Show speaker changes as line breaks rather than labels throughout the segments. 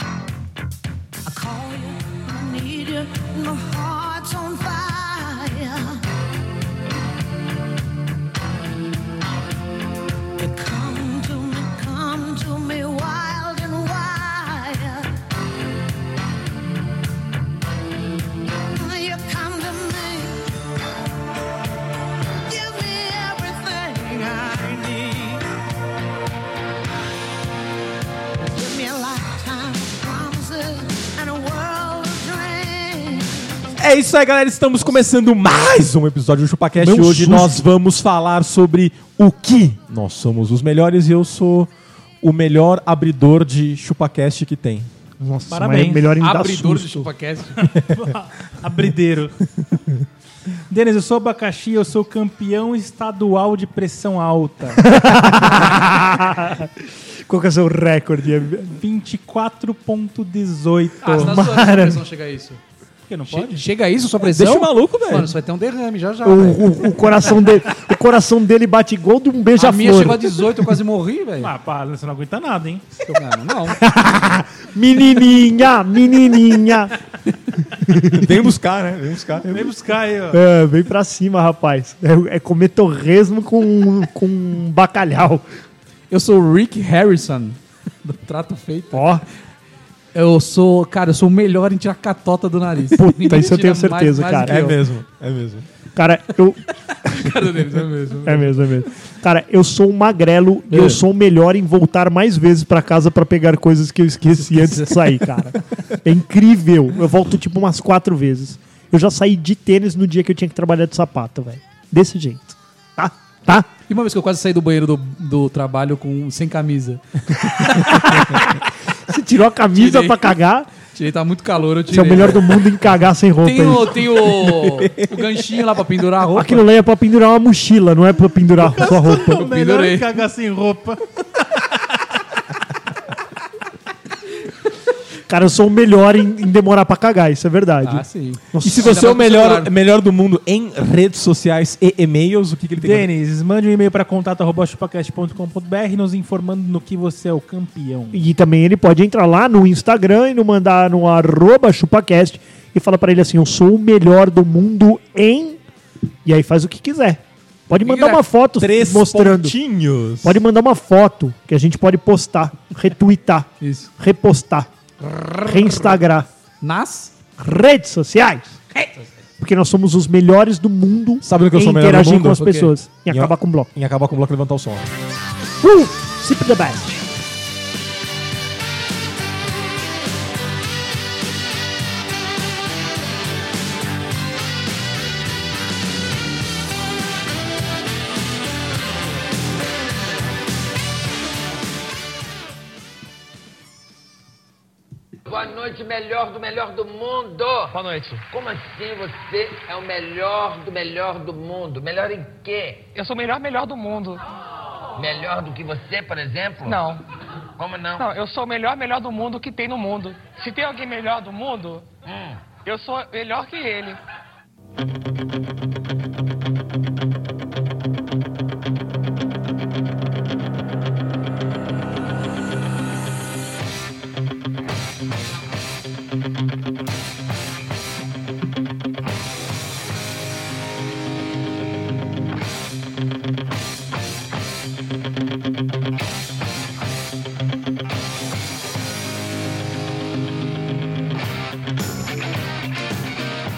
I call you when I need you, and my heart's on fire. You come to me, come to me, wild and wild. You come to me, give me everything I need. Give me a lifetime of promises and a world of dreams.
É isso aí, galera. Estamos começando mais um episódio do ChupaCast.
Não
Hoje
susto.
nós vamos falar sobre o que nós somos os melhores e eu sou o melhor abridor de ChupaCast que tem.
Nossa,
Parabéns.
mas é melhor em dar
Abridor do
susto.
ChupaCast.
Abrideiro. Denis, eu sou abacaxi, eu sou campeão estadual de pressão alta.
Qual que é o seu recorde?
24.18.
Ah, você tá zoando sua pressão chega a isso.
Por que não
Che-
pode?
Chega a isso, sua pressão?
Deixa o maluco,
Mano,
velho.
isso vai ter um derrame já já.
O,
velho.
o- o coração dele, o coração dele bate igual de um
a minha chegou a
beija-flor.
18, eu quase morri, velho.
Ah, pá, você não aguenta nada, hein?
Mano, não.
Menininha, menininha.
Vem buscar, né? Vem buscar.
Vem buscar aí, ó.
É, vem pra cima, rapaz. É, é comer torresmo com, com bacalhau.
Eu sou o Rick Harrison. Do trato feito.
Ó,
Eu sou, cara, eu sou o melhor em tirar catota do nariz.
Puta,
Ninguém
isso eu
tira
tenho certeza,
mais- mais
cara.
É
do que eu.
mesmo, é mesmo.
cara, eu.
Cara deles, é mesmo.
É mesmo, é mesmo. Cara, eu sou um magrelo e
É.
eu sou o melhor em voltar mais vezes pra casa pra pegar coisas que eu esqueci antes de sair, cara. É incrível. Eu volto tipo umas quatro vezes. Eu já saí de tênis no dia que eu tinha que trabalhar de sapato, velho. Desse jeito. Tá? Tá?
E uma vez que eu quase saí do banheiro do, do trabalho com, sem camisa.
Você tirou a camisa
Tirei.
pra cagar?
Tirei, tava muito calor, eu tirei.
Você é o melhor do mundo em cagar sem roupa.
Tem
hein?
o, tem o, o ganchinho lá pra pendurar a roupa.
Aquilo lá é pra pendurar uma mochila, não é pra pendurar a sua roupa.
O melhor
pendurei.
é cagar sem roupa.
Cara, eu sou o melhor em, em demorar pra cagar, isso é verdade.
Ah, sim.
E se
Ainda
você é o
mais no
melhor,
celular.
melhor do mundo em redes sociais e e-mails, o que, que ele tem que
Denis, mande um e-mail para contato.chupacast.com.br nos informando no que você é o campeão.
E também ele pode entrar lá no Instagram e no mandar no arroba chupacast e fala pra ele assim, eu sou o melhor do mundo em... E aí faz o que quiser. Pode mandar
Ira-
uma foto
Três
mostrando.
pontinhos.
Pode mandar uma foto que a gente pode postar, retweetar,
Isso.
repostar, reinstagrar.
Nas?
Redes sociais. Porque nós somos os melhores do mundo
Sabe no que eu
em
sou o melhor do
interagir
mundo?
com as
O quê?
pessoas. E
Em-
acabar com o bloco.
Em acabar com o bloco e levantar o som.
Uh, sip the best.
Boa noite, melhor do melhor do mundo. Boa noite. Como assim você é o melhor do melhor do mundo? Melhor em quê?
Eu sou o melhor, melhor do mundo.
Melhor do que você, por exemplo?
Não.
Como não?
Não, eu sou o melhor, melhor do mundo que tem no mundo. Se tem alguém melhor do mundo, eu sou melhor que ele.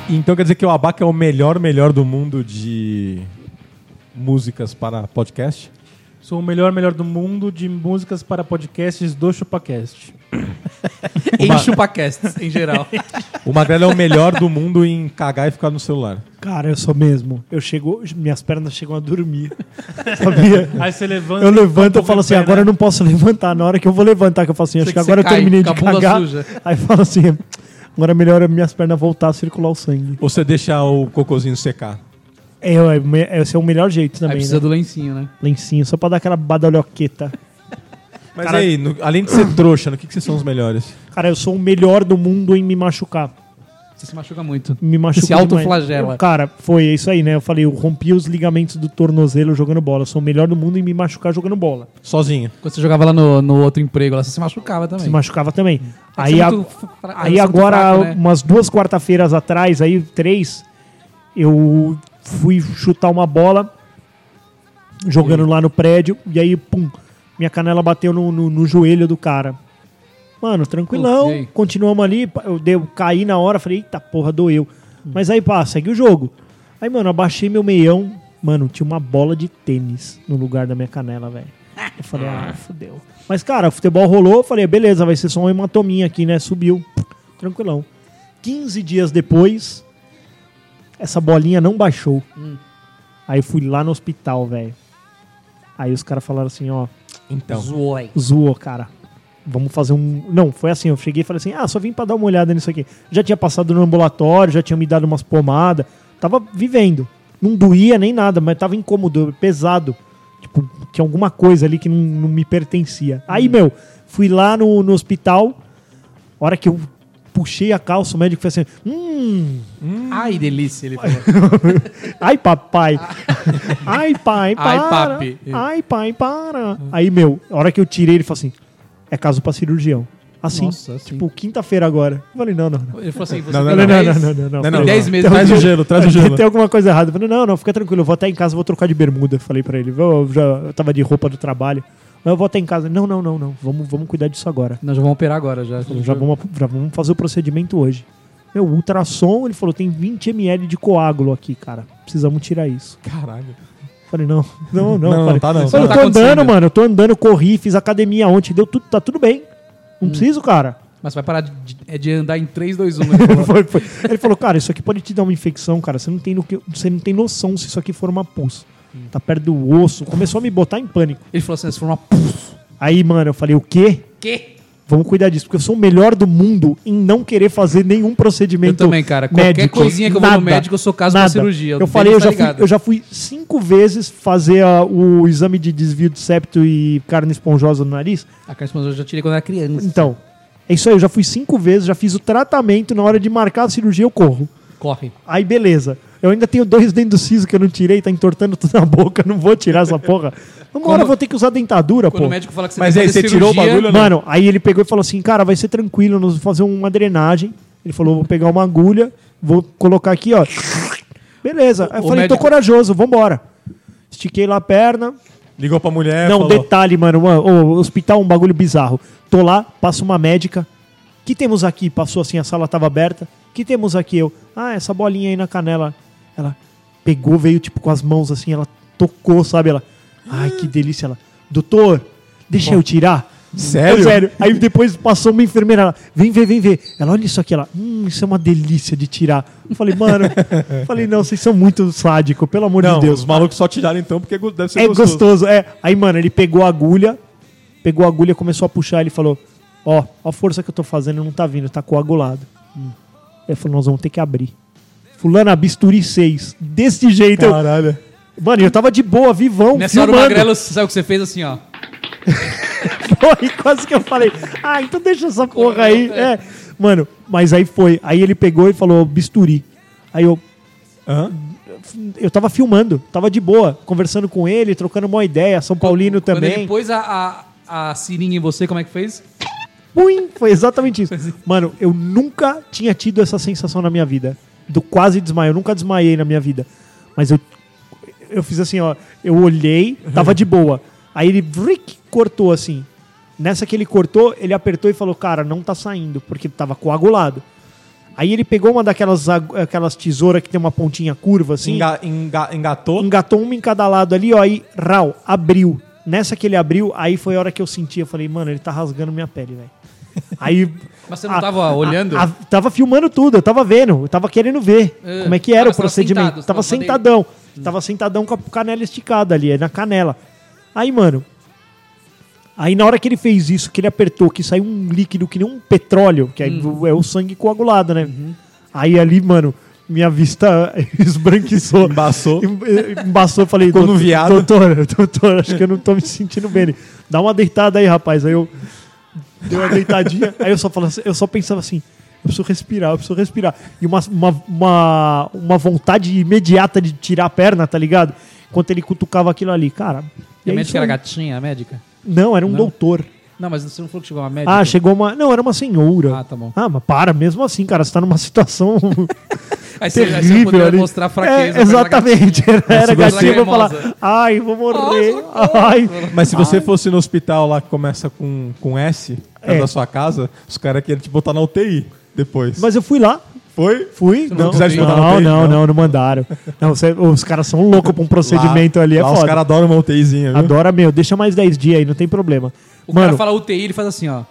Então quer dizer que o Abaca é o melhor, melhor do mundo de músicas para podcast?
Sou o melhor, melhor do mundo de músicas para podcasts do ChupaCast.
Em chupacasts, em geral.
O Magrelo é o melhor do mundo em cagar e ficar no celular.
Cara, eu sou mesmo. Eu chego, minhas pernas chegam a dormir. Sabia?
Aí você levanta.
Eu levanto, eu
Tá
falo assim,
bom, né?
agora eu não posso levantar. Na hora que eu vou levantar, que eu falo assim, acho
que
que
você
agora eu
cai,
terminei
com
de
a bunda
cagar.
suja.
Aí falo assim, agora é melhor minhas pernas voltar a circular o sangue.
Ou você deixa o cocôzinho secar?
É, é, é, esse é o melhor jeito
Aí
também,
precisa
né?
do lencinho, né?
Lencinho, só pra dar aquela badalhoqueta.
Mas aí, no- além de ser trouxa, no que, que vocês são os melhores?
Cara, eu sou o melhor do mundo em me machucar.
Você se machuca muito.
Me machuca
Se
demais.
autoflagela.
Eu, Cara, foi isso aí, né? Eu falei, eu rompi os ligamentos do tornozelo jogando bola. Eu sou o melhor do mundo em me machucar jogando bola.
Sozinho.
Quando você jogava lá no, no outro emprego, lá, você se machucava também.
Se machucava também.
Você
Aí,
é
a-
muito fra- você
aí
é muito
agora,
fraco, né?
umas duas quarta-feiras atrás, aí três, eu fui chutar uma bola jogando lá no prédio e aí, pum, minha canela bateu no, no- no joelho do cara. Mano, tranquilão,
Putz, e aí?
continuamos ali, pa- eu, dei, eu caí na hora, falei, eita porra, doeu. Mas aí, pá, segue o jogo. Aí, mano, abaixei meu meião, mano, tinha uma bola de tênis no lugar da minha canela, velho. Eu falei, ah, fudeu. Mas, cara, o futebol rolou, eu falei, beleza, vai ser só uma hematominha aqui, né? Subiu. Tranquilão. 15 dias depois, essa bolinha não baixou. Aí eu fui lá no hospital, velho. Aí os caras falaram assim, ó,
Então.
zoou, cara. Vamos fazer um. Não, foi assim, eu cheguei e falei assim, ah, só vim pra dar uma olhada nisso aqui. Já tinha passado no ambulatório, já tinha me dado umas pomadas. Tava vivendo. Não doía nem nada, mas tava incômodo, pesado. Tipo, tinha alguma coisa ali que não, não me pertencia. Aí, meu, fui lá no, no hospital, a hora que eu puxei a calça, o médico fez assim, hum,
Ai, delícia, ele falou.
Ai, papai. Ai, pai, para.
Ai,
Ai,
papi.
pai, para. Aí, meu, a hora que eu tirei, ele falou assim, é caso pra cirurgião. Assim,
Nossa, assim.
tipo, quinta-feira agora. Eu falei, não, não, não.
Ele falou assim, você
Não, não,
tem
não,
dez-
não, não, não, não.
tem 10 meses.
Traz o
Então,
gelo, traz o gelo.
Tem alguma coisa errada. Eu falei, não, não, fica tranquilo, eu vou até em casa, vou trocar de bermuda. Eu Falei pra ele, eu, já, eu tava de roupa do trabalho. Mas eu vou até em casa. Não, não, não, não, vamos, vamos cuidar disso agora.
Nós já vamos operar agora, já.
Já vamos, já vamos fazer o procedimento hoje. Meu, o ultrassom, ele falou, tem 20 ml de coágulo aqui, cara. Precisamos tirar isso.
Caralho.
Falei, não, não, não.
Não, não
falei,
tá não.
Falei,
Isso não
eu
tá
tô
acontecendo.
andando, mano. Eu tô andando, corri, fiz academia ontem, deu tudo, tá tudo bem. Não preciso, cara.
Mas vai parar de, de- é de andar em um, 3, 2, 1. Ele falou.
Foi, foi. Ele falou, cara, isso aqui pode te dar uma infecção, cara. Você não tem, no que, você não tem noção se isso aqui for uma pus. Tá perto do osso. Começou a me botar em pânico.
Ele falou assim, se for uma... puf,
Aí, mano, eu falei, o quê?
Quê?
Vamos cuidar disso, porque eu sou o melhor do mundo em não querer fazer nenhum procedimento.
Eu também, cara. Qualquer coisinha que eu vou no médico, eu sou caso pra
nada.
cirurgia.
Eu
Denis
falei, eu
tá
já, fui,
ligado.
eu já fui cinco vezes fazer ah, o exame de desvio de septo e carne esponjosa no nariz.
A Carmen Esponjosa eu já tirei quando era criança.
Então, é isso aí. Eu já fui cinco vezes, já fiz o tratamento. Na hora de marcar a cirurgia, eu corro.
Corre.
Aí, beleza. Eu ainda tenho dois dentes do siso que eu não tirei, tá entortando tudo na boca. Não vou tirar essa porra. Uma hora eu vou ter que usar dentadura,
Quando
pô.
o médico fala que você
Mas
tem
aí,
que fazer
você tirou o
cirurgia,
bagulho ou não?
Mano, aí ele pegou e falou assim, cara, vai ser tranquilo, nós vamos fazer uma drenagem. Ele falou, vou pegar uma agulha, vou colocar aqui, ó. Beleza. Aí eu
O
falei,
médico-
tô corajoso, vambora. Estiquei lá a perna.
Ligou pra mulher,
Não,
É, falou.
detalhe, mano. mano, O hospital é um bagulho bizarro. Tô lá, passa uma médica. que temos aqui? Passou assim, a sala tava aberta. que temos aqui? Eu, ah, essa bolinha aí na canela. Ela pegou, veio tipo com as mãos assim, ela tocou, sabe? Ela, ai, que delícia. Ela, doutor, deixa eu tirar.
Sério?
É sério. Aí depois passou uma enfermeira, ela, vem ver, vem ver. Ela, olha isso aqui, ela, hum, isso é uma delícia de tirar. Eu falei, mano, eu falei, não, vocês são muito sádico, pelo amor
Não,
de Deus.
os malucos só tiraram então porque go- deve ser
É gostoso. é. Aí, mano, ele pegou a agulha, pegou a agulha, começou a puxar, ele falou: Ó, ó a força que eu tô fazendo não tá vindo, tá coagulado. Hum. Ele falou: Nós vamos ter que abrir. Fulana, bisturi 6. Desse jeito. eu-
Caralho.
mano, eu tava de boa, vivão,
Nessa hora o
filmando.
Magrelo, sabe o que você fez assim, ó?
Foi, quase que eu falei, ah, então deixa essa porra aí. É. Mano, mas aí foi. Aí ele pegou e falou, bisturi. Aí eu.
Hã?
Eu tava filmando, tava de boa, conversando com ele, trocando uma ideia, São Paulino
Quando
também.
ele pôs a, a, a seringa em você, como é que fez?
Puim! Foi exatamente isso. Mano, eu nunca tinha tido essa sensação na minha vida. Do quase desmaio. Eu nunca desmaiei na minha vida. Mas eu, eu fiz assim, ó. Eu olhei, tava de boa. Aí ele vric, cortou assim. Nessa que ele cortou, ele apertou e falou, cara, não tá saindo, porque tava coagulado. Aí ele pegou uma daquelas ag- aquelas tesouras que tem uma pontinha curva, assim
Enga- enga- engatou.
engatou uma em cada lado ali, ó, aí, rau, abriu. Nessa que ele abriu, aí foi a hora que eu senti, eu falei, mano, ele tá rasgando minha pele, velho. Aí.
Mas você não tava olhando?
a- tava filmando tudo, eu tava vendo, eu tava querendo ver
É,
como é que era
tava-
o procedimento.
tava sentado, Hum. você
tava
tava
sentadão, tava sentadão com a canela esticada ali, aí na canela. Aí, mano. Aí na hora que ele fez isso, que ele apertou, que saiu
Uhum.
um líquido que nem um petróleo, que é, é o sangue coagulado, né? Aí ali, mano, minha vista esbranquiçou.
Embaçou.
Em- Embaçou, falei,
Ficou no
"Doutor,
viado."
doutor, doutor, acho que eu não tô me sentindo bem. Ele, Dá uma deitada aí, rapaz. Aí eu dei uma deitadinha, aí eu só falava assim- eu só pensava assim, eu preciso respirar, eu preciso respirar. E uma, uma, uma, uma vontade imediata de tirar a perna, tá ligado? Enquanto ele cutucava aquilo ali, cara.
E
é
a
isso
médica era
aí.
gatinha, a médica?
Não, era um doutor.
Não, mas você não falou que chegou uma médica.
Ah, chegou uma. Não, era uma senhora.
É Ah, tá bom.
Ah, mas para, mesmo assim, cara, você tá numa situação
Aí você, aí você
terrível
poderia
ali.
mostrar fraqueza.
É, exatamente. Era, era
Nossa, é
gatinho, eu vou falar,
lacrimosa.
ai, vou morrer. ai.
Mas se você fosse no hospital lá que começa com, com S, perto
É.
da sua casa, os caras queriam te botar na UTI depois.
Mas eu fui lá.
foi?
Fui?
não quiser te botar na
não,
UTI,
não,
não.
não, não mandaram. Não, cê- os caras são loucos pra um procedimento
Lá-
ali, é
lá Os
foda.
caras adoram uma UTIzinha, viu?
Adora, meu, deixa mais 10 dias aí, não tem problema.
O cara
Mano, É
fala UTI, ele faz assim, ó.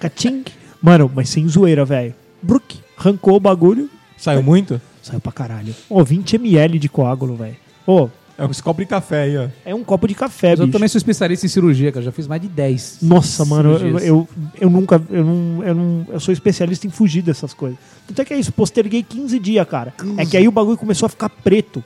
caching. Mano, mas sem zoeira, velho. Brook, arrancou o bagulho,
Saiu muito?
saiu pra caralho. Ô, 20 ml de coágulo, velho. Ô,
É um cobre café aí, ó.
é um copo de café,
Mas eu
bicho.
também sou especialista em cirurgia, cara. Já fiz mais de 10.
Nossa, mano, eu,
cirurgias.
eu, eu nunca. Eu, não, eu, não, eu sou especialista em fugir dessas coisas. Tanto é que é isso, posterguei 15 dias, cara. É que aí o bagulho começou a ficar preto.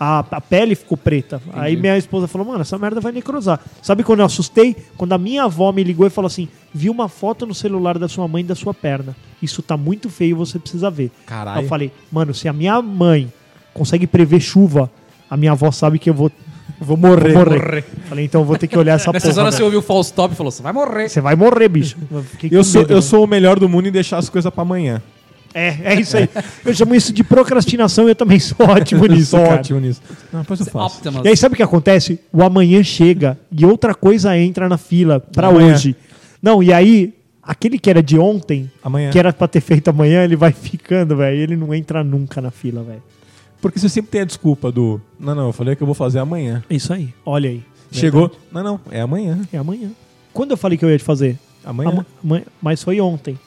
A, a pele ficou preta. Aí minha esposa falou, mano, essa merda vai necrosar. Sabe quando eu assustei? Quando a minha avó me ligou e falou assim: vi uma foto no celular da sua mãe e da sua perna. Isso tá muito feio, você precisa ver.
Caralho.
Aí Eu falei, mano, se a minha mãe consegue prever chuva, a minha avó sabe que eu vou. Vou morrer.
morrer.
Falei, então eu vou ter que olhar essa
Nessas
porra.
horas
velho.
você ouviu o false top e falou, você vai morrer.
Você vai morrer, bicho. Fiquei com
Eu sou,
medo,
eu
né?
sou o melhor do mundo em deixar as coisas pra amanhã.
É, é isso aí. Eu chamo isso de procrastinação e eu também sou ótimo nisso.
Sou
cara.
ótimo nisso. Não, depois eu faço.
Optimus.
E aí, sabe o que acontece? O amanhã chega e outra coisa entra na fila pra
Amanhã.
hoje. Não, e aí, aquele que era de ontem,
Amanhã.
que era pra ter feito amanhã, ele vai ficando, velho. Ele não entra nunca na fila, velho.
Porque você sempre tem a desculpa do. Não, não, eu falei que eu vou fazer amanhã.
É isso aí. Olha aí.
Chegou. Não, não, é amanhã.
É amanhã. Quando eu falei que eu ia te fazer?
Amanhã.
Ama- amanhã- Mas foi ontem.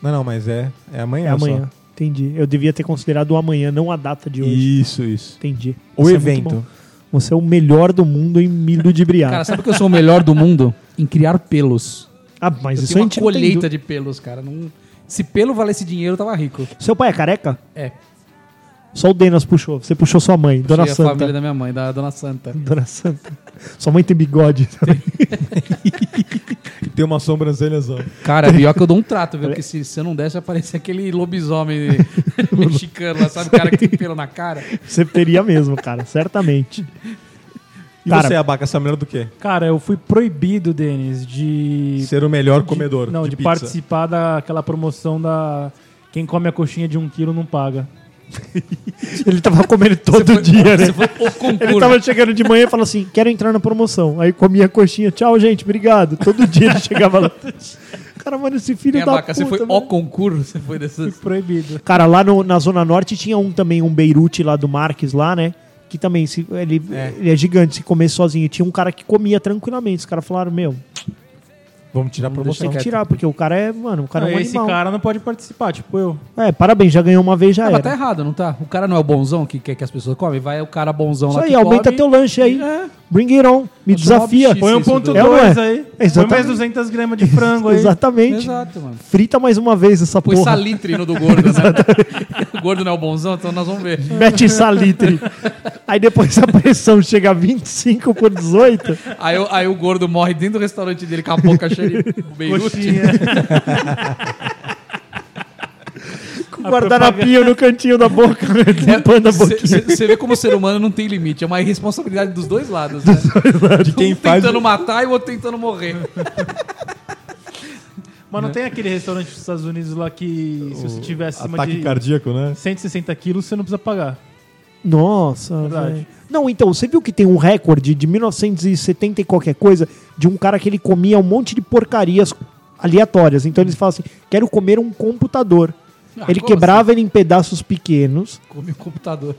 Não, não, mas é, é amanhã.
É amanhã.
só.
Entendi. Eu devia ter considerado o amanhã, não a data de hoje.
Isso, isso.
Entendi.
O
Isso é muito
evento.
bom. Você é o melhor do mundo em me ludibriar.
Cara, sabe que eu sou o melhor do mundo? Em criar pelos.
ah, mas
Eu
isso
tenho uma
a gente não tem
colheita
dú-
de pelos, cara. Não- Se pelo valesse dinheiro, eu tava rico.
Seu pai é careca?
É.
Só o Denas puxou. Você puxou sua mãe, Dona
Cheguei a
Santa.
família da minha mãe, da Dona Santa.
Dona Santa. Sua mãe tem bigode. também.
Tem uma sobrancelhazão.
Cara, pior que eu dou um trato, viu? Porque se, se eu não desse, aparecer aquele lobisomem mexicano lá, sabe? O cara que tem pelo na cara.
Você teria mesmo, cara. Certamente.
E
Cara-
você, Abaca, essa melhor do quê?
Cara, eu fui proibido, Denis, de.
Ser o melhor comedor.
Não, de,
de, pizza.
participar daquela promoção da. Quem come a coxinha de um quilo não paga.
Ele tava comendo todo dia, né?
Você foi o
Ele tá
concurso.
tava chegando de manhã e falava assim: quero entrar na promoção. Aí comia coxinha, tchau, gente, obrigado. Todo dia ele chegava lá. Cara, mano, esse filho
Minha
da
vaca,
puta.
você foi
velho.
o concurso, você foi dessas.
Proibido.
Cara, lá no- na Zona Norte tinha um também, um Beirute lá do Marques, lá, né? Que também, se, ele, ele é gigante, se comer sozinho. Tinha um cara que comia tranquilamente. Os caras falaram, meu,
Vamos tirar a
você tem
promoção.
que tirar, porque o cara é, mano, o cara é um
Ah, esse
animal.
cara não pode participar, tipo eu.
É, parabéns, já ganhou uma vez, já
Ah, mas tá
era.
errado, não tá? O cara não é o bonzão que quer que as pessoas comem? Vai é o cara bonzão
Isso
lá
aí,
que
aumenta
come.
teu lanche aí.
É. um
Bring it on, me
Acho uma
desafia.
Põe
obscena. isso,
1.2
é, ué.
aí. Põe
Exatamente.
mais 200 gramas de frango aí.
Exatamente.
Exato, mano.
Frita mais uma vez essa
Põe
porra.
salitre no do gordo, né? o gordo não é o bonzão, então nós vamos ver.
Mete salitre. aí depois a pressão chega a 25 por 18.
Aí, o- aí o gordo morre dentro do restaurante dele com a boca cheia de beirute.
Coxinha.
Com guardanapinho no cantinho da boca, né? limpando a boquinha.
Você vê como o ser humano não tem limite. É uma irresponsabilidade dos dois lados, né?
De quem
um
faz.
tentando matar e o outro tentando morrer.
Mas não tem aquele restaurante dos Estados Unidos lá que se você tiver acima
Ataque
de
cardíaco, né?
160 quilos, você não precisa pagar.
Nossa,
Verdade.
velho. Não, então, você viu que tem um recorde de 1970 e qualquer coisa de um cara que ele comia um monte de porcarias aleatórias. Então eles falam assim: quero comer um computador.
Ah,
ele
como
quebrava ele em pedaços pequenos
Come o computador.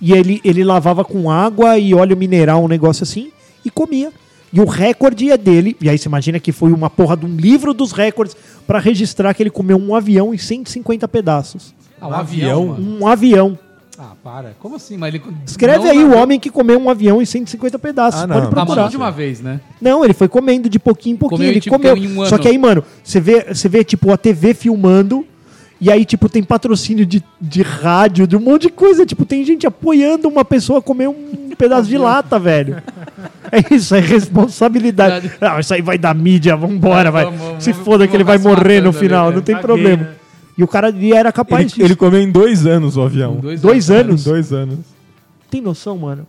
e ele, ele lavava com água e óleo mineral, um negócio assim, e comia. E o recorde é dele. E aí você imagina que foi uma porra de um livro dos recordes pra registrar que ele comeu um avião em 150 pedaços.
Ah, um avião, mano.
Um avião.
Ah, para. Como assim? Mas ele...
Escreve
não na-
aí o homem que comeu um avião em 150 pedaços.
Ah, não.
Pode
Na mão
procurar.
de uma vez, né?
Não, ele foi comendo de pouquinho em
tá
pouquinho.
Comeu,
ele
tipo,
comeu.
em um ano.
Só que aí, mano, você vê, você vê, tipo, a TV filmando. E aí, tipo, tem patrocínio de, de rádio, de um monte de coisa. Tipo, tem gente apoiando uma pessoa a comer um pedaço de lata, velho. É isso, é responsabilidade. Ah, isso aí vai da mídia, vambora,
É,
vai.
vamos, vamos,
Se
vamos
foda que ele vai
se
morrer no
matando ali,
final,
né?
não tem
Caguei,
problema.
né?
E o cara e era capaz
Ele,
disso.
ele comeu em dois anos o avião.
Dois anos?
Dois anos.
Tem noção, mano?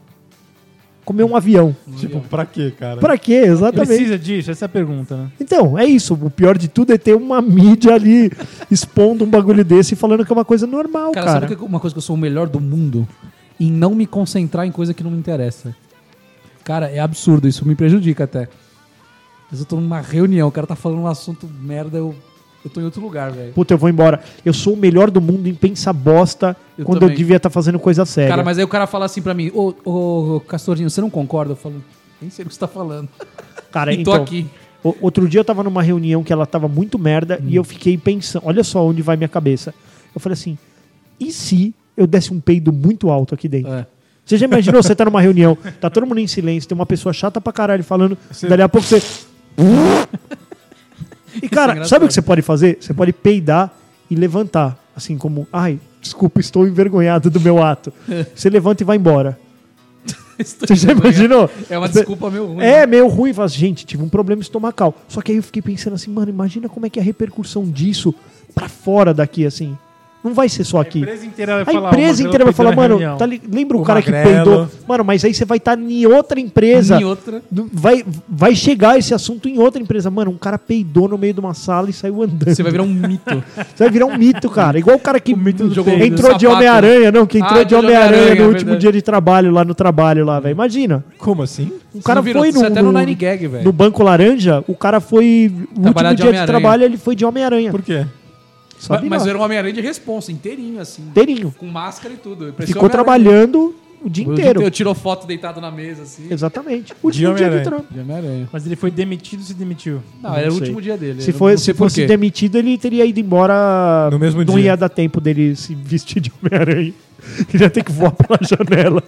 Comer um avião.
Tipo, pra quê, cara?
Pra quê? Exatamente.
Precisa disso? Essa é a pergunta, né?
Então, é isso. O pior de tudo é ter uma mídia ali expondo um bagulho desse e falando que é uma coisa normal,
Cara,
cara.
sabe que é uma coisa que eu sou o melhor do mundo? Em não me concentrar em coisa que não me interessa. Cara, é absurdo, isso me prejudica até. Mas eu tô numa reunião, o cara tá falando um assunto merda, eu, eu tô em outro lugar, velho.
Puta, eu vou embora. Eu sou o melhor do mundo em pensar bosta
Eu
quando
também.
eu devia estar fazendo coisa séria.
Cara, mas aí o cara fala assim pra mim, ô, ô, Castorzinho, você não concorda? Eu falo, nem sei o que você tá falando.
Cara,
e tô
então,
aqui.
o- Outro dia eu tava numa reunião que ela tava muito merda
Hum.
e eu fiquei pensando, olha só onde vai minha cabeça. Eu falei assim, e se eu desse um peido muito alto aqui dentro?
É.
Você já imaginou, você tá numa reunião, tá todo mundo em silêncio, tem uma pessoa chata pra caralho falando, dali a pouco você... e cara,
é engraçado.
sabe o que você pode fazer? Você pode peidar e levantar, assim como, ai, desculpa, estou envergonhado do meu ato. Você levanta e vai embora. Você já imaginou?
É uma
Você-
desculpa meio ruim. né?
É, meio ruim. Fala assim, gente, tive um problema estomacal. Só que aí eu fiquei pensando assim, mano, imagina como é que é a repercussão disso pra fora daqui, assim. Não vai ser só aqui.
inteira
A empresa inteira vai falar, mano, tá li- lembra o,
O
cara que
Magrelo.
peidou? Mano, mas aí você vai estar em outra empresa.
Em outra.
Do- Vai, vai chegar esse assunto em outra empresa. Mano, um cara peidou no meio de uma sala e saiu andando.
Você vai virar um mito.
Você vai virar um mito, cara. Igual o cara que
do Jogou peido.
entrou de
Sapato.
Homem-Aranha, não, que entrou
Ah,
de
entrou de
Homem-Aranha
Homem-Aranha,
no
é
último
verdade.
dia de trabalho lá no trabalho lá, velho. Imagina.
Como assim?
O
Você
cara
não virou-
foi
isso é
no,
até no
no-
Nine Gag, velho.
no Banco Laranja, o cara foi. O
Trabalhar
último
de
dia de
Homem-Aranha.
trabalho ele foi de Homem-Aranha.
Por quê?
Mas,
Sabe
mas
lá.
era um Homem-Aranha de responsa, inteirinho, assim.
Inteirinho.
Com máscara e tudo. Parecia
Ficou
Homem-Aranha.
trabalhando o dia inteiro.
Eu tirou foto deitado na mesa, assim.
Exatamente. O
De
último dia de
Homem-Aranha.
trabalho.
De Homem-aranha.
Mas ele foi demitido se demitiu.
Não, era o
sei.
último dia dele.
Se,
Eu não
fosse-
sei
se fosse
porquê.
demitido, ele teria ido embora.
No mesmo
não
dia.
ia dar tempo dele se vestir de Homem-Aranha. Ele ia ter que voar pela janela.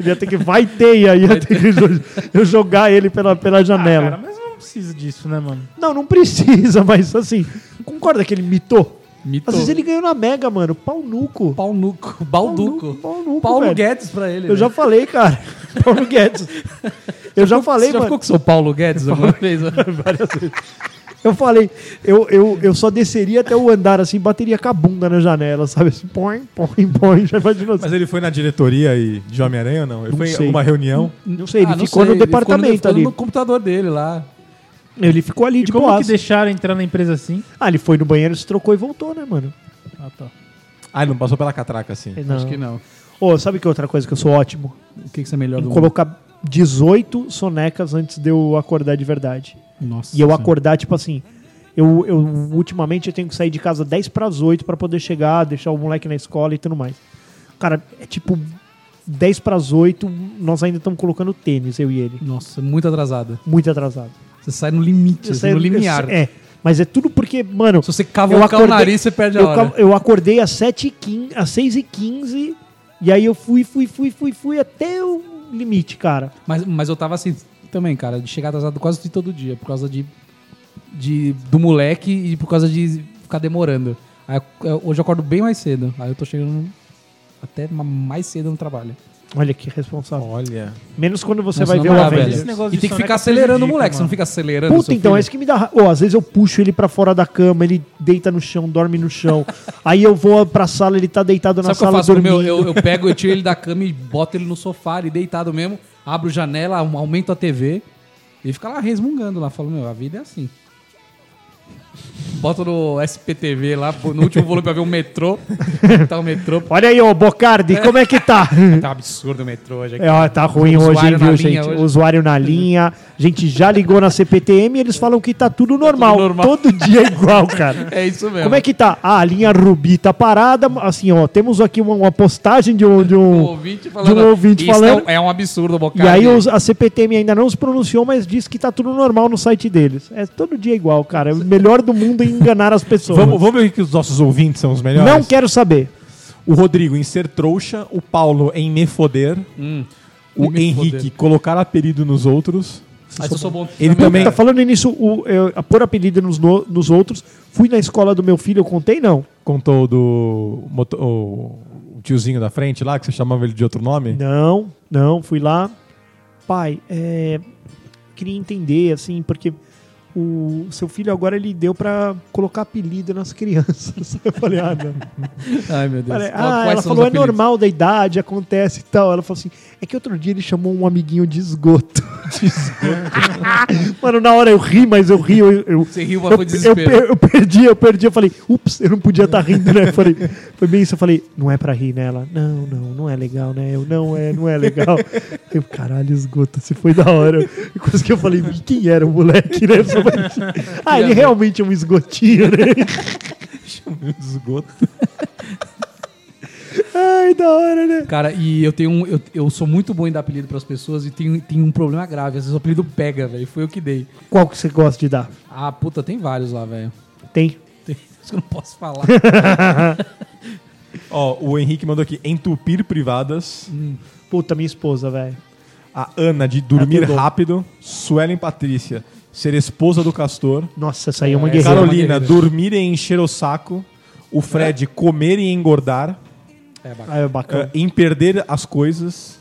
Ele ia ter que vai teia, ia ter que jo- eu jogar ele pela, pela
Ah,
janela.
Cara, mas não precisa disso, né, mano?
não, não precisa, mas assim, concorda que ele mitou?
Mitou.
Às vezes ele ganhou na Mega, mano. Pau nuco.
Pau nuco. Balduco.
Paulo- Paulo Nuco,
Paulo
velho.
Guedes pra ele. né?
Eu já falei, cara. Paulo Guedes. Eu já falei,
Você já ficou
mano.
com o seu Paulo Guedes alguma vez? né?
Eu falei, eu, eu, eu só desceria até o andar assim, bateria com a bunda na janela, sabe? Assim, põe, põe, põe. Já imaginou?
Mas ele foi na diretoria e de Homem-Aranha ou não? Hum. Ele
Não
foi
sei.
em uma reunião.
Não sei, ele
Ah, não
ficou
sei,
no departamento
ele ficou no,
ali.
no computador dele lá.
Ele ficou ali
E
de
como
boa.
que deixaram entrar na empresa assim?
Ah, ele foi no banheiro, se trocou e voltou, né, mano?
Ah, tá.
Ah, ele não passou pela catraca assim.
Não.
Acho que não.
Ô, sabe que outra coisa que eu sou ótimo?
O que, que você é melhor do
Colocar 18 sonecas antes de eu acordar de verdade.
mundo? Nossa.
E eu acordar, tipo assim. Eu, eu ultimamente eu tenho que sair de casa 10 para as 8 para poder chegar, deixar o moleque na escola e tudo mais. Cara, é tipo 10 para as 8, nós ainda estamos colocando tênis, eu e ele.
Nossa, muito atrasada.
Muito atrasado.
Você sai no limite, assim, no limiar.
É, mas é tudo porque, mano.
Se você cavocar o nariz, você perde a
eu,
hora.
ca- eu acordei às 7h15, às 6h15, e aí eu fui, fui, fui, fui, fui até o limite, cara.
Mas, mas eu tava assim também, cara, de chegar atrasado quase de todo dia, por causa de, de do moleque e por causa de ficar demorando. Aí eu- eu- hoje eu acordo bem mais cedo. Aí eu tô chegando até ma- mais cedo no trabalho.
Olha que responsável.
Olha.
Menos quando você
Nossa,
vai
na
ver o
moral,
Avengers.
velho.
Esse negócio
E
de
tem que
soneca
ficar acelerando o
prejudica,
moleque, você não
mano.
fica acelerando.
Puta,
seu
então,
filho?
é isso que me dá. ra- Ô, às vezes eu puxo ele pra fora da cama, ele deita no chão, dorme no chão. Aí eu vou pra sala, ele tá deitado
Sabe
na
o que eu
sala
faço? com o
dormindo.
Meu, eu, eu pego, eu tiro ele da cama e boto ele no sofá ali, deitado mesmo, abro janela, aum- aumento a TV e fica lá resmungando lá. Falo, meu, a vida é assim. Boto no SPTV lá, pô, no último volume pra ver o metrô. tá o metrô, pô,
Olha aí, ô Bocardi, como é que tá?
tá um absurdo o metrô hoje aqui.
É, ó, tá ruim hoje, hein,
Usuário na
viu,
linha
gente?
hoje.
Usuário na linha. A gente já ligou na CPTM e eles falam que tá tudo normal.
normal.
Todo dia é igual, cara.
É isso mesmo.
Como é que tá? Ah, a linha Rubi tá parada. Assim, ó, temos aqui uma, uma postagem de um, de
O
um,
ouvinte falando.
de um ouvinte
"Isso
falando.
É um, é um absurdo,
E
Bocardi.
aí os- a CPTM ainda não se pronunciou, mas disse que tá tudo normal no site deles. É todo dia igual, cara. É o melhor do mundo em enganar as pessoas.
Vamos, vamos ver que os nossos ouvintes são os melhores?
não quero saber.
O Rodrigo em ser trouxa, o Paulo em me foder, o
me
Henrique
foder.
colocar apelido nos outros.
Mas eu sou bom.
Ele também.
Tá falando nisso, o, eu- a pôr apelido nos, no- nos outros. Fui na escola do meu filho, eu contei? Não.
contou do moto- o tiozinho da frente lá, que você chamava ele de outro nome?
Não, não, fui lá. Pai, é, queria entender, assim, porque o seu filho agora ele deu pra colocar apelido nas crianças. Eu falei, ah, não.
Ai, meu Deus.
Falei,
Qual-
ah,
quais
ela
são os
falou, é
apelidos?
normal da idade, acontece e tal. Ela falou assim, é que outro dia ele chamou um amiguinho de esgoto. De esgoto. Mano, na hora eu ri, mas eu ri, eu... eu
Você riu, mas
eu,
foi
eu,
desespero.
per- eu perdi, eu perdi, eu falei, ups, eu não podia estar rindo, né? Eu falei, foi bem isso, eu falei, não é pra rir nela. Não, não, não é legal, né? Eu, não é, não é legal. Eu, caralho, esgoto, se foi da hora. E Quase que eu falei, "E quem era o moleque, né? Eu só falei assim, ah, ele realmente é um esgotinho, né?
Esgoto.
Ai, da hora, né?
Cara, e eu tenho um. Eu, eu sou muito bom em dar apelido pras pessoas e tenho, tenho um problema grave. Às vezes o apelido pega, velho. Foi eu que dei.
Qual que você gosta de dar?
Ah, puta, tem vários lá, velho.
Tem.
Tem uns que eu não posso falar.
Ó, o Henrique mandou aqui, entupir privadas.
Puta, minha esposa, velho.
A Ana, de dormir
tudo.
rápido. Suelen Patrícia, ser esposa do Castor.
Nossa, essa aí é uma
É,
guerreira.
Carol-
Carolina,
uma guerreira.
dormir e encher o saco. O Fred, comer e engordar.
É, bacana.
Ah, é bacana.
eh, em perder as coisas.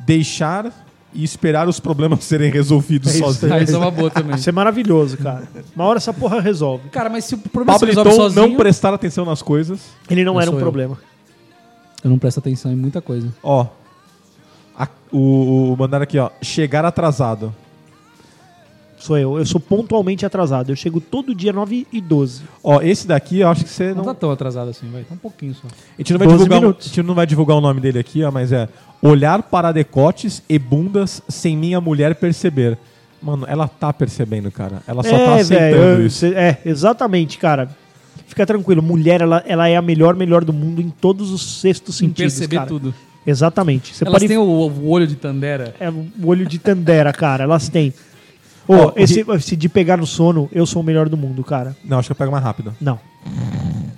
Deixar e esperar os problemas serem resolvidos
É isso
sozinho.
Ah, isso é uma boa também.
Isso é maravilhoso, cara. Uma hora essa porra resolve.
Cara, mas se o problema se
Pablo
resolve
então,
sozinho...
não prestar atenção nas coisas.
Ele não
Eu
era um
sou eu.
problema.
Eu não presto atenção em muita coisa.
Ó. a- o, o mandaram aqui, ó. Chegar atrasado.
Sou eu. Eu sou pontualmente atrasado. Eu chego todo dia 9 e 12.
Ó, esse daqui eu acho que você
Não,
não.
tá tão atrasado assim, vai. Tá um pouquinho só.
A gente, não vai
12
divulgar, o- a
minutos.
gente não vai divulgar o nome dele aqui, ó, mas é. Olhar para decotes e bundas sem minha mulher perceber. Mano, ela tá percebendo, cara. Ela só tá aceitando
É, velho, eu-
isso.
cê- é, exatamente, cara. Fica tranquilo. Mulher, ela, ela é a melhor, melhor do mundo em todos os sextos sentidos,
Perceber
cara.
tudo.
Exatamente. Você
Elas
pode...
têm o, o olho de Tandera.
É o olho de Tandera, cara. Elas têm. Ô,
Ó,
esse, esse de pegar no sono, eu sou o melhor do mundo, cara.
Não, acho que eu pego mais rápido.
Não.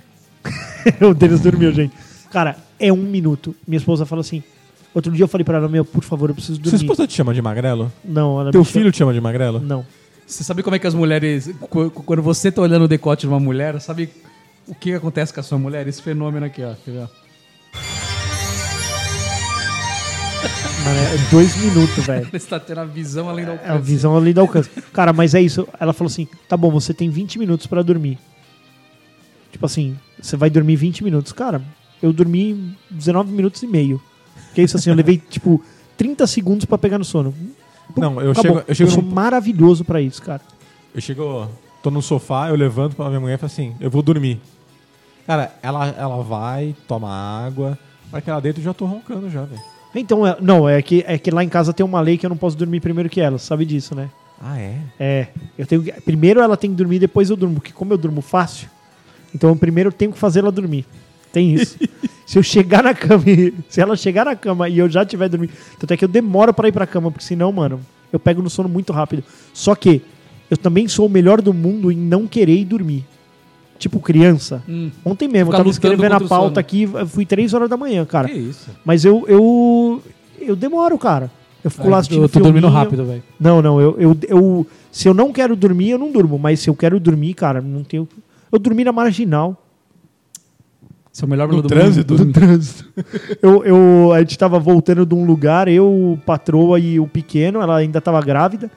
o Denis dormiu, gente. Cara, é um minuto. Minha esposa fala assim. Outro dia eu falei pra ela, meu, por favor, eu preciso
Sua
dormir.
esposa te chama de magrelo?
Não, ela me
Teu
chama-
filho te chama de magrelo?
Não.
Você sabe como é que as mulheres. qu- Quando você tá olhando o decote de uma mulher, sabe o que acontece com a sua mulher? Esse fenômeno aqui, ó. Quer ver, ó?
Mano, é dois minutos, velho.
Ela está tá tendo a visão além da alcance.
É a visão ali do alcance. Cara, mas é isso. Ela falou assim: tá bom, você tem 20 minutos pra dormir. Tipo assim, você vai dormir 20 minutos. Cara, eu dormi 19 minutos e meio. Que é isso assim, eu levei tipo 30 segundos pra pegar no sono. Pum,
Não, eu
acabou.
chego- eu chego
sou
num-
maravilhoso pra isso, cara.
Eu chego, tô no sofá, eu levanto pra minha mulher e falo assim, eu vou dormir. Cara, ela, ela vai, toma água, na hora que ela deita eu já tô roncando já, velho.
Então, é- não, é que, é que lá em casa tem uma lei que eu não posso dormir primeiro que ela, sabe disso, né?
Ah, é?
É, eu tenho que- primeiro ela tem que dormir, depois eu durmo, porque como eu durmo fácil, então eu primeiro eu tenho que fazer ela dormir. Tem isso. se eu chegar na cama, e- se ela chegar na cama e eu já tiver dormindo, tanto é que eu demoro pra ir pra cama, porque senão, mano, eu pego no sono muito rápido. Só que eu também sou o melhor do mundo em não querer ir dormir. Tipo criança. Ontem
Hum. Ficar
mesmo, eu
lutando
tava escrevendo a
contra o sono.
pauta aqui, eu fui três horas da manhã, cara.
Que isso?
Mas eu eu eu demoro, cara. Eu fico lá assistindo
eu tô dormindo
um filminho.
rápido, velho.
Não, não, eu, eu, eu- Se eu não quero dormir, eu não durmo. Mas se eu quero dormir, cara, não tenho. Eu dormi na marginal
Você é o melhor
No
do
trânsito?
mundo.
do trânsito. eu, eu, a gente tava voltando de um lugar, eu, patroa e o pequeno, ela ainda tava grávida.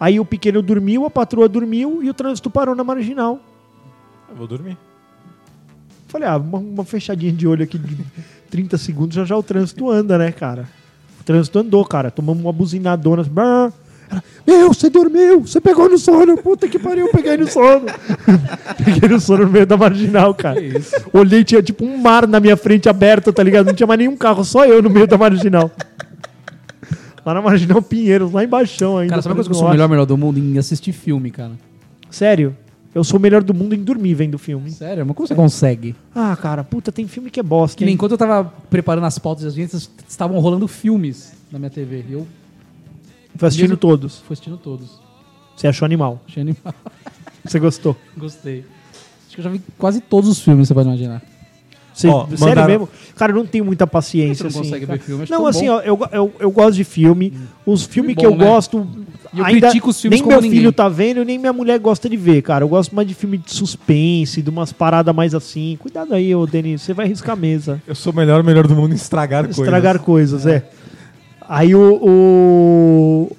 Aí o pequeno dormiu, a patroa dormiu e o trânsito parou na marginal.
Eu vou dormir.
Falei, ah, uma, uma fechadinha de olho aqui de 30 segundos, já já o trânsito anda, né, cara? O trânsito andou, cara. Tomamos uma buzinadona. assim, brrr. Ela, Meu, você dormiu, você pegou no sono. Puta que pariu, eu peguei no sono. peguei no sono no meio da marginal, cara. Olhei, tinha tipo um mar na minha frente aberto, tá ligado? Não tinha mais nenhum carro, só eu no meio da marginal. Lá na marginal Pinheiros, lá embaixo ainda.
Cara, sabe uma coisa que eu
Não
sou o
acho.
melhor, melhor do mundo em assistir filme, cara?
Sério, eu sou o melhor do mundo em dormir vendo filme.
Sério, mas como você consegue?
Ah, cara, puta, tem filme que é bosta.
Que nem
hein?
enquanto eu tava preparando as pautas e as vinhetas, estavam rolando filmes na minha TV. E eu
Fui assistindo
mesmo-
todos.
fui assistindo todos.
Você achou animal?
Achei animal.
Você gostou?
Gostei. Acho que eu já vi quase todos os filmes, você pode imaginar.
Você-
Ó,
sério
mandaram-
mesmo? Cara, eu não tenho muita paciência.
Por que tu não
assim,
consegue
cara.
ver filme? Acho
Não,
tão
assim,
bom. Hum.
ó, eu, go- eu, eu gosto de filme. Os
Filme
filmes que eu
bom, né?
gosto.
E eu
ainda
critico os filmes
Nem
como
meu
ninguém.
filho tá vendo, nem minha mulher gosta de ver, cara. Eu gosto mais de filme de suspense, de umas paradas mais assim. Cuidado aí, ô Denis, você vai riscar a mesa.
Eu sou o melhor, o melhor do mundo em estragar,
Estragar
coisas.
coisas, é. Aí o. o-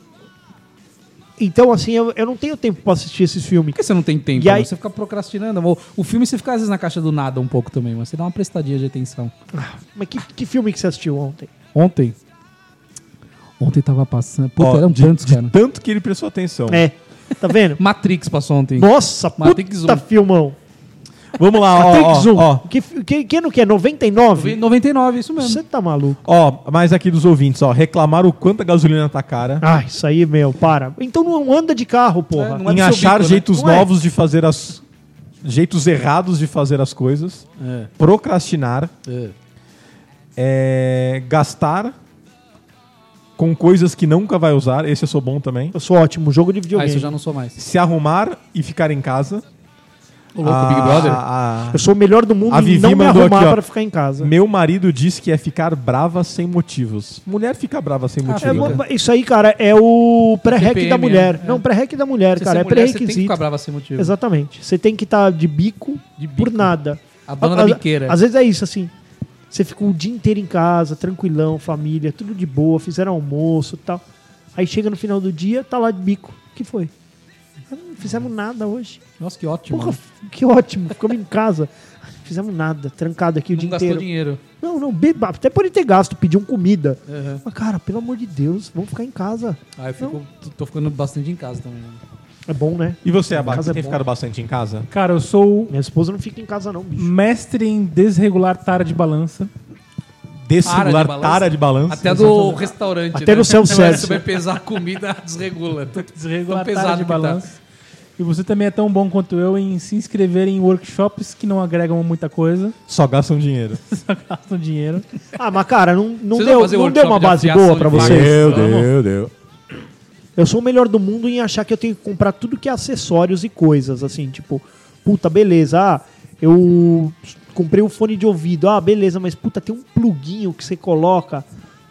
Então, assim, eu, eu não tenho tempo pra assistir esses filmes.
Por que você não tem tempo?
E aí-
né? Você fica procrastinando. amor. O filme você fica às vezes na caixa do nada um pouco também, mas você dá uma prestadinha de atenção.
Mas que, que filme que você assistiu ontem?
Ontem. Ontem tava passando. Puta,
Ó,
eram
de-
tantos, cara.
Tanto que ele prestou atenção.
É. Tá vendo?
Matrix passou ontem.
Nossa,
Matrix
puta
um.
filmão.
Vamos lá, ó,
Matrix
ó,
1.
ó,
Que, que, que ano que é?
Eu vi
99?
99, isso mesmo.
Você tá maluco?
ó, mais aqui dos ouvintes, ó, reclamaram o quanto a gasolina tá cara,
Ah, isso aí, meu, para. Então não anda de carro, porra.
É, não é-
em
do seu
achar
bico, né?
jeitos
Não é?
novos de fazer as... jeitos errados de fazer as coisas,
É.
procrastinar, é, gastar com coisas que nunca vai usar, esse eu sou bom também,
Eu sou ótimo, jogo de
Ah,
videogame.
isso eu
eu,
já não sou mais.
se arrumar e ficar em casa.
O louco,
Ah,
Big Brother?
a-
sou o melhor do mundo
A
em
Vivi
não me
mandou
arrumar
aqui, ó.
pra ficar em casa.
Meu marido diz que é ficar brava sem motivos. Mulher fica brava sem
Ah,
É,
motivos.
fica.
né?
mo- isso aí, cara, é o pré-rec
TPM,
da mulher.
é.
Não, pré-rec da mulher,
Se
cara,
você
é
mulher, Você tem que
pré-requisito.
ficar brava sem motivo.
Exatamente. Você tem que estar de, bico
De bico.
por nada.
A dona da
Às-
biqueira.
Às vezes é isso, assim. Você ficou o dia inteiro em casa, tranquilão, família, tudo de boa, fizeram almoço e tal. Aí chega no final do dia, tá lá de bico. O que foi? Ah, Não fizemos nada hoje.
Nossa, Hum. que ótimo.
Porra,
né?
que ótimo, ficamos em casa. Não fizemos nada, trancado aqui o
não
dia
gastou
inteiro.
dinheiro.
Não, não, beba, até pode ter gasto, pediam comida.
Uhum.
Mas, cara, pelo amor de Deus, vamos ficar em casa.
Ah, eu fico, tô- tô ficando bastante em casa também. né?
É bom, né?
E você, Abaca,
Casa
você
é
tem
bom.
ficado bastante em casa?
Cara, eu sou
Minha esposa não fica em casa, não, bicho.
mestre em desregular tara de balança.
Desregular
balança.
tara de balança?
Até do restaurante.
Até
né?
no self-service.
Você vai pesar a comida, desregula.
Desregular
Tão
tara de
que tá.
balança. E você também é tão bom quanto eu em se inscrever em workshops que não agregam muita coisa,
Só gastam dinheiro.
só gastam dinheiro.
Ah, mas, cara, não, não,
Vocês vão
deu,
fazer
não
workshop
deu uma
de
base
afiação
boa
de
pra
vaca?
vocês.
Deus, Deus.
Eu sou o melhor do mundo em achar que eu tenho que comprar tudo que é acessórios e coisas, assim, tipo, puta, beleza, ah, eu comprei o fone de ouvido, ah, beleza, mas puta, tem um pluguinho que você coloca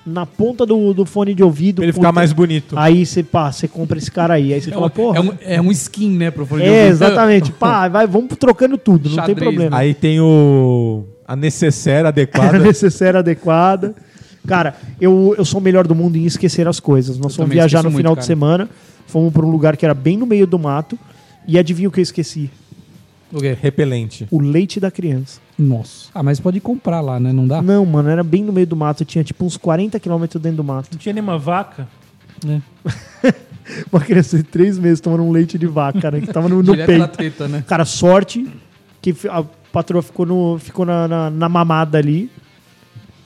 na ponta do, do fone de ouvido.
Pra ele
puta.
ficar mais bonito.
Aí você, pá, você compra esse cara aí, aí você
É,
fala,
uma,
porra.
é, um, é um skin, né, pro fone de
É,
ouvido.
exatamente. Pá, vai, vamos trocando tudo, não tem
Xadrez, né?
problema.
Aí tem o... A necessaire
Era
adequada.
necessária, adequada. Cara, eu, eu sou o melhor do mundo em esquecer as coisas. Nós
Eu
fomos
também
viajar
esqueço
no
muito,
final de
cara.
semana, fomos para um lugar que era bem no meio do mato, e adivinha o que eu esqueci?
O quê?
repelente.
O leite da criança.
Nossa. Ah, mas pode comprar lá, né? Não dá?
Não, mano, era bem no meio do mato, tinha tipo uns 40 quilômetros dentro do mato.
Não tinha nenhuma vaca.
Uma criança de três meses tomando um leite de vaca, né? Que tava no, no
Direto da
peito.
teta, né?
Cara, sorte que fi- a patroa ficou, no, ficou na, na- na mamada ali.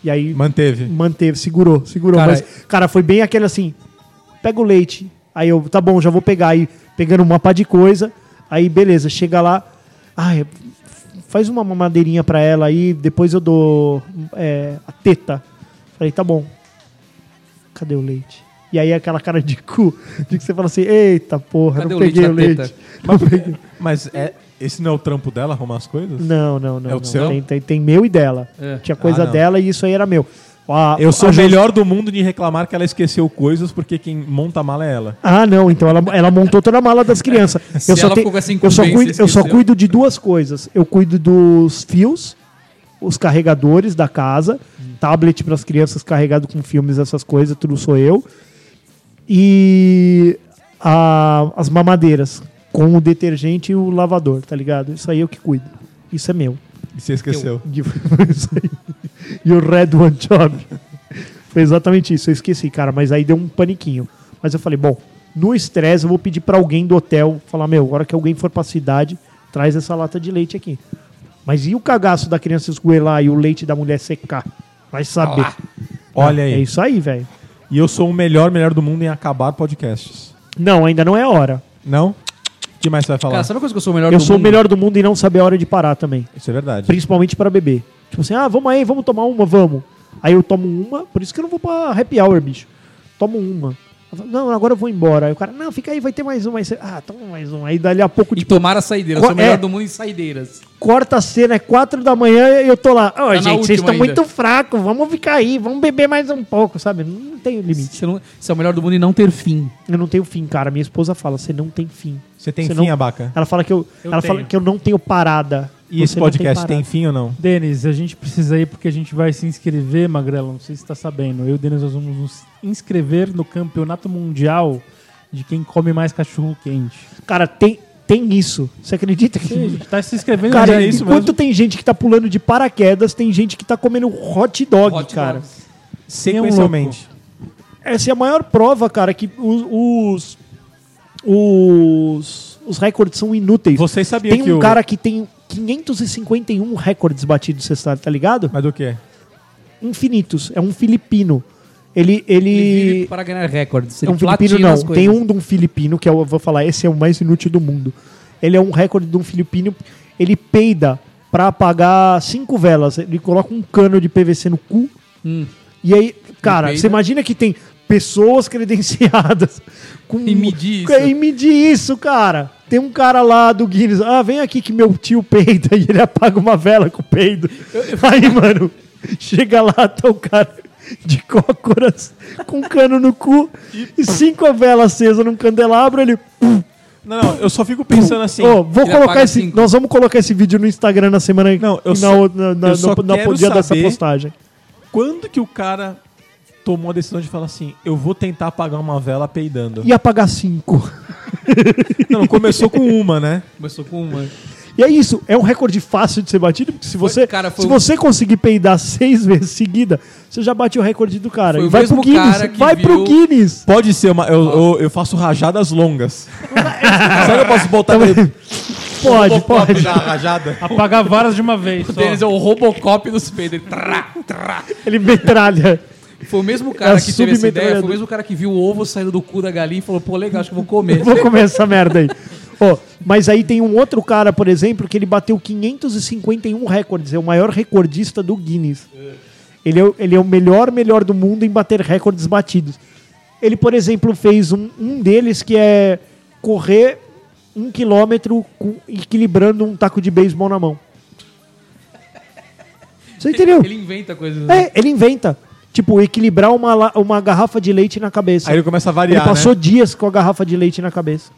E aí
Manteve.
Manteve, segurou, segurou.
Cara,
mas, cara, foi bem aquele assim: pega o leite. Aí eu, tá bom, já vou pegar. Aí pegando uma pá de coisa. Aí beleza, chega lá. Ai, faz uma mamadeirinha pra ela aí. Depois eu dou é, a teta. Falei, tá bom. Cadê o leite? E aí aquela cara de cu, de que você fala assim: eita porra,
Cadê
não
o leite
peguei
da
o leite.
teta?
Não, peguei.
Mas é... Esse não é o trampo dela, arrumar as coisas?
não, não. não,
É o
não.
seu?
Tem, tem- tem meu e dela.
É.
Tinha coisa
Ah, não.
dela e isso aí era meu. A-
Eu sou
a
o melhor do mundo de reclamar que ela esqueceu coisas porque quem monta a mala é ela.
Ah, não, então ela, ela montou toda a mala das crianças.
Se
eu, só
ela
tenho-
ficou com essa
eu, só
incumbência,
cuido, eu só
esqueceu.
cuido de duas coisas. Eu cuido dos fios, os carregadores da casa, tablet para as crianças carregado com filmes, essas coisas, tudo sou eu. E a- as mamadeiras com o detergente e o lavador, tá ligado? Isso aí eu que cuido. Isso é meu.
E você esqueceu.
E foi isso aí. E o Red One Job. Foi exatamente isso. Eu esqueci, cara. Mas aí deu um paniquinho. Mas eu falei, bom, no estresse eu vou pedir pra alguém do hotel. Falar, meu, agora que alguém for pra cidade, traz essa lata de leite aqui. Mas e o cagaço da criança esgoelar e o leite da mulher secar? Vai saber.
Ah, Olha aí.
É isso aí, velho.
E eu sou o melhor, melhor do mundo em acabar podcasts.
Não, ainda não é a hora.
Não? O que mais você vai falar?
Cara, sabe a coisa que eu sou o melhor
eu
do
sou o
mundo?
melhor do mundo e não saber a hora de parar também.
Isso é verdade.
Principalmente pra beber. Tipo assim, ah, vamos aí, vamos tomar uma, vamos. Aí eu tomo uma, por isso que eu não vou pra happy hour, bicho. Tomo uma. Eu falo, não, agora eu vou embora. Aí o cara, não, fica aí, vai ter mais um. Aí você, ah, toma mais um. Aí dali a pouco,
E
tipo,
tomar a saideira. Eu sou o
É.
melhor do mundo em saideiras.
corta a cena, é quatro da manhã e eu tô lá. Ó,
Tá na
gente, vocês
última
estão
ainda."
muito fracos, vamos ficar aí, vamos beber mais um pouco, sabe? Não tenho limite.
Você, não, você é o melhor do mundo em não ter fim.
Eu não tenho fim, cara. Minha esposa fala, você não tem fim.
Você tem
Você
fim,
não-
Abaca?
Ela fala que eu,
Eu
ela
tenho.
fala que eu não tenho parada.
E esse
Você não
podcast tem
parada.
fim ou não?
Denis, a gente precisa ir porque a gente vai se inscrever, Magrela, não sei se você está sabendo. Eu e o Denis nós vamos nos inscrever no campeonato mundial de quem come mais cachorro quente.
Cara, tem, tem isso. Você acredita que.
Sim, a gente tá se inscrevendo,
Cara,
mas é isso
enquanto
mesmo.
tem gente que tá pulando de paraquedas, tem gente que tá comendo hot dog,
Hot
cara.
dogs.
Sequencialmente.
Essa é a maior prova, cara, que os. Os. Os, os recordes são inúteis.
Vocês sabiam
Tem um
que o...
cara que tem 551 recordes batidos, você sabe, tá ligado?
Mas do quê?
Infinitos. É um filipino. Ele. ele...
Ele vive para ganhar recordes. Ele
é um filipino
platina
não.
as
Tem
coisas.
um de um filipino, que eu vou falar, esse é o mais inútil do mundo. Ele é um recorde de um filipino. Ele peida pra apagar cinco velas. Ele coloca um cano de PVC no cu. E aí,
Hum.
cara,
peida.
você imagina que tem pessoas credenciadas com.
E medir isso.
Hum, E medir isso, cara. Tem um cara lá do Guinness. Ah, vem aqui que meu tio peida. E ele apaga uma vela com o peido. Aí, mano, chega lá, tá o cara de cócoras com um cano no cu e cinco velas acesas num candelabro. Ele.
Não, não, eu só fico pensando assim...
Ó, vou
Ele
colocar
apaga
esse.
cinco.
Nós vamos colocar esse vídeo no Instagram na semana
Não, eu
e na,
só-
outra- na, na,
eu só
no- na
quero
dia dessa
saber-
postagem.
Quando que o cara tomou a decisão de falar assim, eu vou tentar apagar uma vela peidando?
E apagar cinco.
Não, começou com uma, né?
Começou com uma.
E é isso, é um recorde fácil de ser batido, porque se você,
cara, foi um
se
o-
você conseguir peidar seis vezes seguida, você já bateu o recorde do cara.
Foi
E
o
vai
mesmo
pro Guinness,
cara que
vai
viu-
pro Guinness.
Pode ser uma... Eu, eu, eu faço rajadas longas. Será que eu posso botar...
Pode,
Então, Pode
pode.
dar a rajada?
Apagar varas de uma vez. Só.
O Denis é o Robocop dos peidos. Ele trá, trá.
Ele metralha.
Foi o mesmo cara
É
que teve essa ideia, foi
submetralhador.
o mesmo cara que viu o ovo saindo do cu da galinha e falou, pô, legal, acho que eu vou comer.
Vou comer essa merda aí. Ó, mas aí tem um outro cara, por exemplo, que ele bateu 551 recordes. É o maior recordista do Guinness. Ele é, o- ele é o melhor, melhor do mundo em bater recordes batidos. Ele, por exemplo, fez um, um deles que é correr um quilômetro com- equilibrando um taco de beisebol na mão. Você entendeu?
Ele inventa coisas. né?
É, ele inventa. Tipo, equilibrar uma, la- uma garrafa de leite na cabeça.
Aí ele começa a
Ele
variar,
passou
né?
dias com a garrafa de leite na cabeça.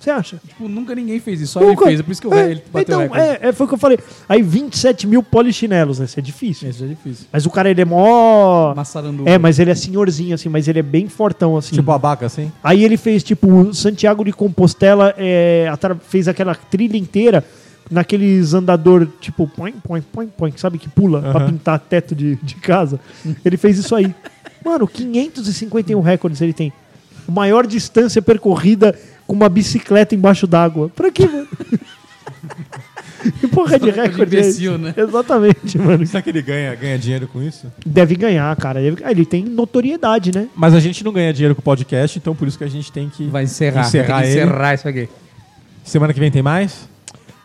Você acha?
Tipo, nunca ninguém fez isso, só
É. Nunca.
ele fez. É por isso que eu,
É,
ele bateu
Então,
recorde.
é, é, foi o que eu falei. Aí 27 mil polichinelos, né? Isso é difícil.
Isso é difícil.
Mas o cara, ele é mó...
Massaranduba.
É, mas ele é senhorzinho, assim. Mas ele é bem fortão, assim.
Tipo abaca, assim?
Aí ele fez, tipo, Santiago de Compostela, é, atra- fez aquela trilha inteira naqueles andador, tipo, põe, põe, põe, põe, sabe, que pula pra pintar teto de, de casa. Ele fez isso aí. Mano, 551 recordes ele tem. Maior distância percorrida com uma bicicleta embaixo d'água. Pra quê, mano? Que porra de
Recorde
recorde é esse?
imbecil, né?
Exatamente, mano.
Será que ele ganha, ganha dinheiro com isso?
Deve ganhar, cara. Deve- Ah, Ele tem notoriedade, né?
Mas a gente não ganha dinheiro com o podcast, então por isso que a gente tem que
Vai encerrar.
encerrar
tem que
ele.
encerrar isso aqui.
Semana que vem tem mais?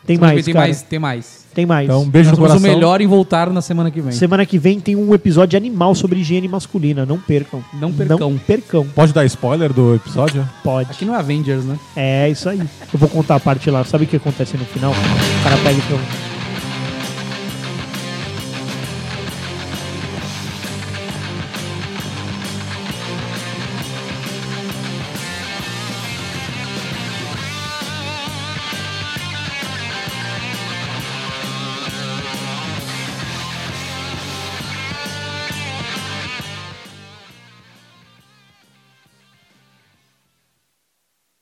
Tem
Semana que vem
mais,
tem
cara.
mais, tem mais.
Tem mais.
Então, um beijo
Nós
no
somos o
coração.
melhor em voltar na semana que vem.
Semana que vem tem um episódio animal sobre higiene masculina. Não percam.
Não percam.
Não percam.
Pode dar spoiler do episódio?
Pode.
Aqui não é Avengers, né?
É isso aí. Eu vou contar a parte lá. Sabe o que acontece no final? O cara pega e pergunta.